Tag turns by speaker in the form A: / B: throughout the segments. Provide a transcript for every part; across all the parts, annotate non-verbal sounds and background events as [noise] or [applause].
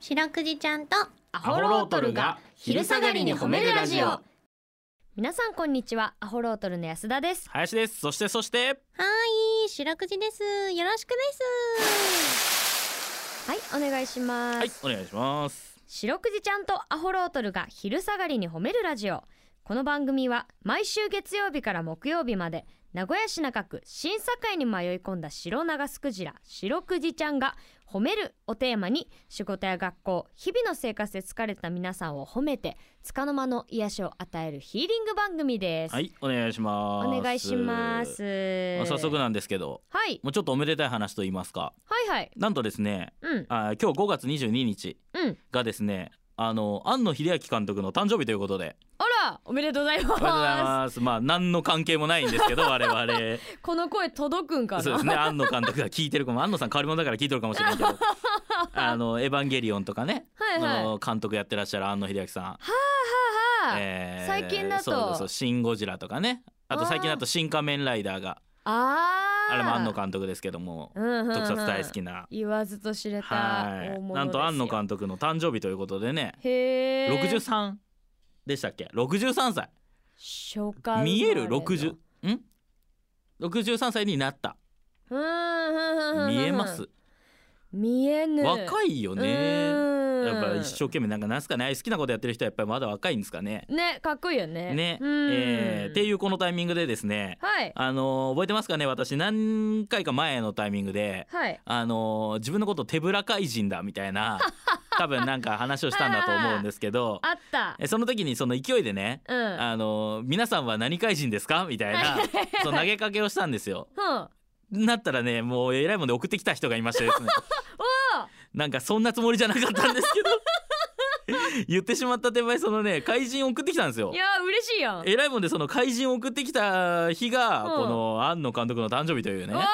A: 白くじちゃんと
B: ア
C: ホロートルが昼下がりに褒めるラジオ
B: 皆さんこんにちはアホロートルの安田です
C: 林ですそしてそして
A: はーい白くじですよろしくです
B: はいお願いします、
C: はいお願いします
B: 白くじちゃんとアホロートルが昼下がりに褒めるラジオこの番組は毎週月曜日から木曜日まで名古屋市中区審査会に迷い込んだ白長スクジラ白くじちゃんが褒めるをテーマに仕事や学校日々の生活で疲れた皆さんを褒めて束の間の癒しを与えるヒーリング番組です、
C: はいお願いします
B: お願いします、
C: まあ早速なんですけど
B: はい
C: もうちょっとおめでたい話と言いますか
B: はいはい
C: なんとですね
B: うん
C: あ今日5月22日
B: うん
C: がですねあの庵野秀明監督の誕生日ということで
B: あらおめでとうございます
C: おめでとうございますまあ何の関係もないんですけ [laughs] ど我々
B: この声届くんかな
C: そうですね庵野監督が聞いてるかも庵野さん変わり者だから聞いてるかもしれないけどあの「エヴァンゲリオン」とかね、
B: はいはい
C: あの監督やってらっしゃる庵野秀明さん
B: はあ
C: えー
B: 最近だと
C: そうそう「シン・ゴジラ」とかねあと
B: あー
C: 最近だと「新仮面ライダーが」
B: あー
C: あれも庵野監督ですけども
B: うんうんうん
C: 特撮大好きな
B: 言わずと知れた
C: は
B: 大
C: い
B: 物ですよ
C: なんと庵野監督の誕生日ということでね
B: へえ
C: 63でしたっけ63歳
B: 初回
C: 見える
B: 生
C: 60
B: ま
C: ん63歳になった
B: れのうんうんうんうんうん
C: 見えます
B: 見えぬ
C: 若いよね
B: や
C: やっぱ一生懸命なんかなんすかね好きなことやってる人はやっぱりまだ若いんですかね
B: ねかっこいいよね
C: ね
B: うん
C: えーっていうこのタイミングでですね
B: はい
C: あのー覚えてますかね私何回か前のタイミングで
B: はい
C: あのー自分のこと手ぶら怪人だみたいな多分なんか話をしたんだと思うんですけど
B: あった
C: えその時にその勢いでね、
B: うん
C: あのー皆さんは何怪人ですかみたい
B: [laughs]
C: なそう投げかけをしたんですよ。
B: うん
C: なったらねもうえらいもんで送ってきた人がいましてですねなんかそんなつもりじゃなかったんですけど言ってしまった手前そのね怪人を送ってきたんですよ
B: い。やー嬉しいやん
C: えらいもんでその怪人を送ってきた日が
B: うん
C: この庵野監督の誕生日というね
B: うわ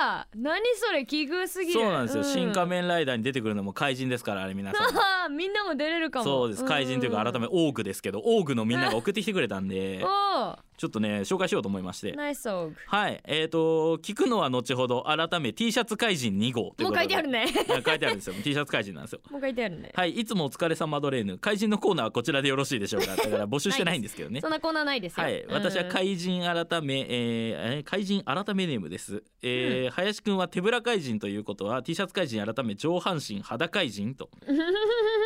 B: あ何それ奇遇すぎる
C: そうなんですよ「新仮
B: 面
C: 面ライダー」に出てくるのも怪人ですからあれ皆
B: [laughs]
C: さん
B: みんなも出れるかも
C: そうです怪人というか改め
B: て
C: オーグですけどオーグのみんなが送ってきてくれたん
B: [laughs]
C: で
B: お
C: ちょっとね紹介しようと思いまして
B: おナイスオーグ
C: はいえー、と聞くのは後ほど改め T シャツ怪人2号という
B: も
C: こと
B: う書
C: で
B: いてあるね [laughs]
C: いや書いてあるんですよ [laughs] T シャツ怪人なんですよ
B: もう書いてあるね
C: はいいつもお疲れ様ドレーヌ怪人のコーナーはこちらでよろしいでしょうかだから募集してないんですけどね
B: そんなコーナーないですよ
C: はい、私は怪人改め、えーえー怪人改めネームです、えー林くんは手ぶら怪人ということは T シャツ怪人改め上半身裸怪人
B: [laughs]
C: と、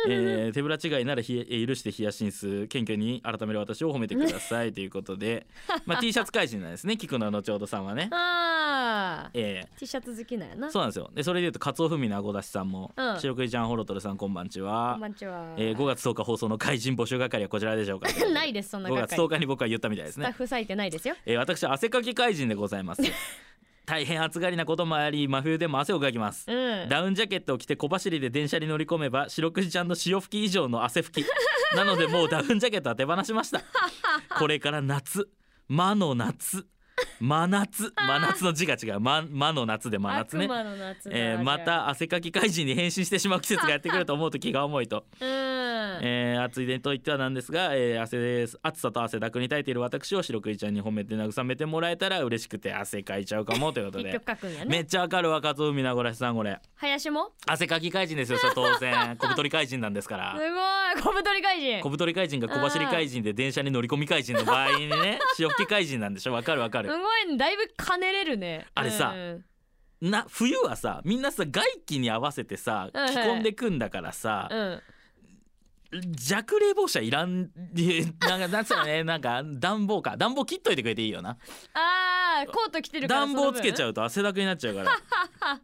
C: えー手ぶら違いならひえー許してヒヤシンス謙虚に改める私を褒めてくださ
B: [laughs]
C: いということで、まあ、T シャツ怪人なんですね菊野のちょうどさんはね
B: うん、あー
C: え
B: T シャツ好きなんやな
C: ーそうなんですよでそれでいうとカツオフミのあごだしさんも、
B: うん
C: 白くじちゃんホロトルさんこんばんちは
B: こんばんちは、
C: えー、5月10日放送の怪人募集係はこちらでしょうか
B: [laughs] ないですそんな
C: 5
B: 学
C: 月
B: 会
C: 10日に僕は言ったみたいです
B: ス
C: ね
B: タッフ割いてないですよ
C: えー、私汗かき怪人でござい
B: [laughs]
C: ます大変暑がりなこともあり真冬でも汗をかきます
B: う、ん
C: ダウンジャケットを着て小走りで電車に乗り込めば白くじちゃんの潮吹き以上の汗吹きなのでもうダウンジャケットは手放しま
B: [laughs]
C: したこれから夏魔の夏真夏真夏の字が違う魔魔の夏で真夏ね
B: 悪魔の夏だ
C: えーまた汗かき怪人に変身してしまう季節がやってくると思うと気が重いと
B: うん、
C: えー暑いでと言ってはなんですが、えー汗です暑さと汗だくに耐えている私を白クイちゃんに褒めて慰めてもらえたら嬉しくて汗かいちゃうかもということ
B: 結
C: で
B: 局書くんや
C: め
B: ね
C: っちゃわかるわカツオ海名古屋さんこれ
B: 林も
C: 汗かき怪人ですよそれ当
B: [laughs]
C: 然小太り怪人なんですか
B: す
C: ら
B: ごい小太り怪人
C: 小太り怪人が小走り怪人で電車に乗り込み怪人の場合にね潮吹き怪人なんでしょわかるわか
B: す
C: る、
B: ごいだいぶ兼ねれるね
C: あれさ
B: うん
C: な冬はさみんなさ外気に合わせてさ着
B: うんはい
C: 込んでくんだからさ、
B: うん
C: 弱冷房車いらんなんかなんつうのねなんか暖房か暖房切っといてくれていいよな
B: あーコート着てるから
C: 暖房つけち
B: う
C: ゃうと汗だくになっちゃうから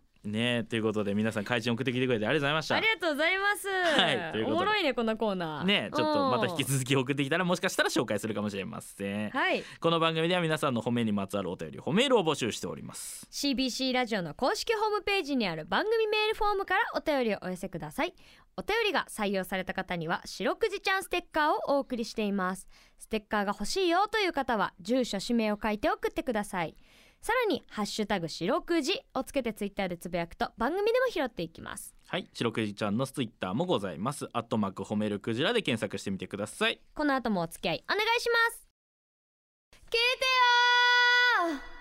B: [laughs]
C: ねえということで皆さん怪人送ってきてくれてありがとうございまし
B: あ
C: た
B: りがとうございます、
C: はいということで
B: おもろいねこのコーナー
C: ねえちょっとまた引き
B: き
C: 続き送ってきたらもしかしたら紹介するかもしれません
B: はい
C: この番組では皆さんの褒めにまつわるお便り褒めールを募集しております
B: CBC ラジオの公式ホームページにある番組メールフォームからお便りをお寄せくださいお便りが採用された方には白くじちゃんステッカーをお送りしていますステッカーが欲しいよという方は住所氏名を書いて送ってくださいさらにハッシュタグ白くじをつけてツイッターでつぶやくと番組でも拾っていきます
C: はい白くじちゃんのツイッターもございますアットマーク褒めるクジラで検索してみてください
B: この後もお付き合いお願いします聞いてよー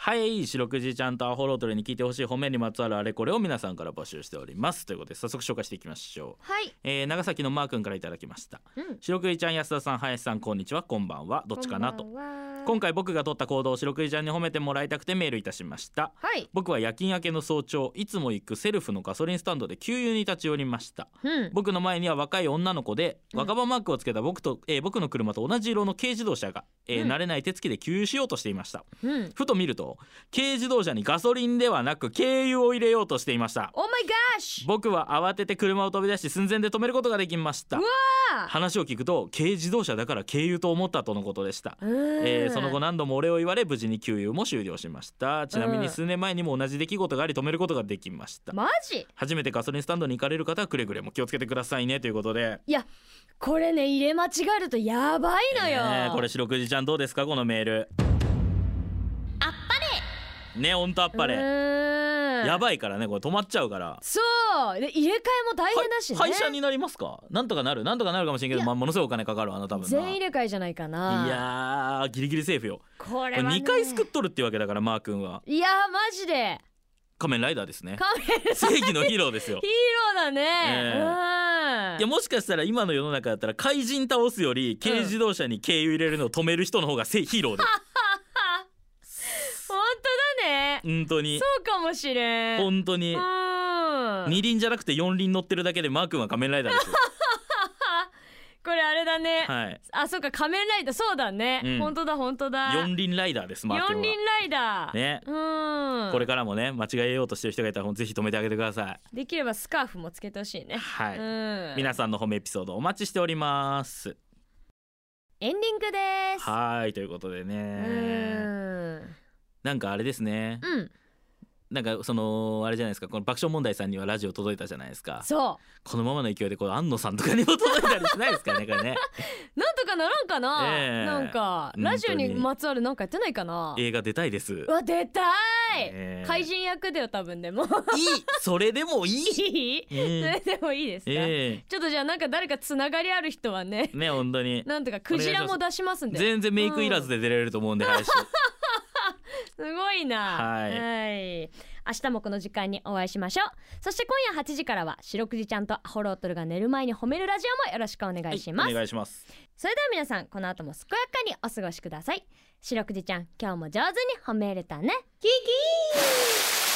C: はい白くじちゃんとアホロートルに聞いてほしい褒めにまつわるあれこれを皆さんから募集しておりますということで早速紹介していきましょう、
B: はい、
C: えー長崎のマー君からいただきました
B: うん、
C: 白くじちゃん安田さん林さんこんにちはこんばんはどっちかなと
B: こんばんは
C: 今回僕が取った行動を白くじちゃんに褒めてもらいたくてメールいたしました
B: はい、
C: 僕は夜勤明けの早朝いつも行くセルフのガソリンスタンドで給油に立ち寄りました
B: うん、
C: 僕の前には若い女の子で
B: うん
C: 若葉マークをつけた僕と、えー僕の車と同じ色の軽自動車が、えー
B: うん
C: 慣れない手つきで給油しようとしていました
B: うん、
C: ふと見ると軽自動車にガソリンではなく軽油を入れようとしていました
B: オーマイガーシュ
C: 僕は慌てて車を飛び出し寸前で止めることができました
B: うわ
C: 話を聞くと軽自動車だから軽油と思ったとのことでしたえ
B: え
C: ーその後何度もお礼を言われ無事に給油も終了しましたちなみに数年前にも同じ出来事があり止めることができました、
B: マジ
C: 初めてガソリンスタンドに行かれる方はくれぐれも気をつけてくださいねということで、
B: いやこれね入れ間違えるとやばいのよ、
C: ねえこれ白くじちゃんどうですかこのメール
A: あっ
C: ねほんとあっぱれやばいからねこれ止まっちゃうから
B: そうで入れ替えも大変だしね、
C: 廃車になりますかなんとかなるなんとかなるかもしれんけど、まあ、ものすごいお金かかるわな多分な
B: 全員入れ替えじゃないかない
C: やーギリギリセーフよ
B: こ
C: こ
B: れ
C: れ
B: は、ね、
C: 2回救っとるってわけだからマー君はい
B: やマジで
C: 仮面ライダーですね
B: カメ
C: [laughs]
B: ラ
C: 正義のヒーローですよ
B: [laughs] ヒーローだね、
C: えいやもしかしたら今の世の中だったら怪人倒すより軽自動車に軽油入れるのを止める人の方が正ヒー
B: [laughs]
C: ローで
B: うん、本当だね
C: 本当に
B: そうかもしれん
C: 本当に
B: うん
C: 二輪じゃなくて四輪乗ってるだけでマー君は仮面ライダーですよ
B: これあれだね、
C: はい
B: あそうか仮面ライダーそうだね、
C: うん
B: 本当だ本当だ
C: 四輪ライダーですマー
B: 四
C: 君
B: 輪
C: は
B: ライダー
C: ね
B: うん
C: これからもね間違えようとしてる人がいたらぜひ止めてあげてくださ
B: できればスカーフもつけてほしい
C: い
B: ね
C: はい、
B: うん
C: 皆さんの褒めエピソードお待ちしております
B: エンディングです
C: はいということでねなんかあれですね
B: うんうん
C: なんかそのあれじゃないですかこの爆笑問題さんにはラジオ届いたじゃないですか
B: そ
C: このままの勢いでこう安野さんとかにも届いたりしないですかねこれ
B: [laughs]
C: ね
B: うなんとかならんかな、
C: ええ
B: なんかラジオにまつわるなんかやってないかな
C: 映画出たいです
B: うわ出たい、
C: ええ
B: 怪人役だよ多分でも
C: いいそれでもいい、
B: [laughs] いい
C: えー
B: それ [laughs] でもいいですか、
C: え
B: ちょっとじゃあなんか誰かつながりある人はね
C: ーね本当に
B: なんとかクジラも出しますんです
C: 全然メイクいらずで出れると思うんで林
B: ごいな
C: はい
B: い明日もこの時間にお会いしましょうそして今夜8時からは白くじちゃんとアホロートルが寝る前に褒めるラジオもよろしくお願いします、
C: お願いします
B: それでは皆さんこの後も健やかにお過ごしください白くじちゃん今日も上手に褒めれたねキキー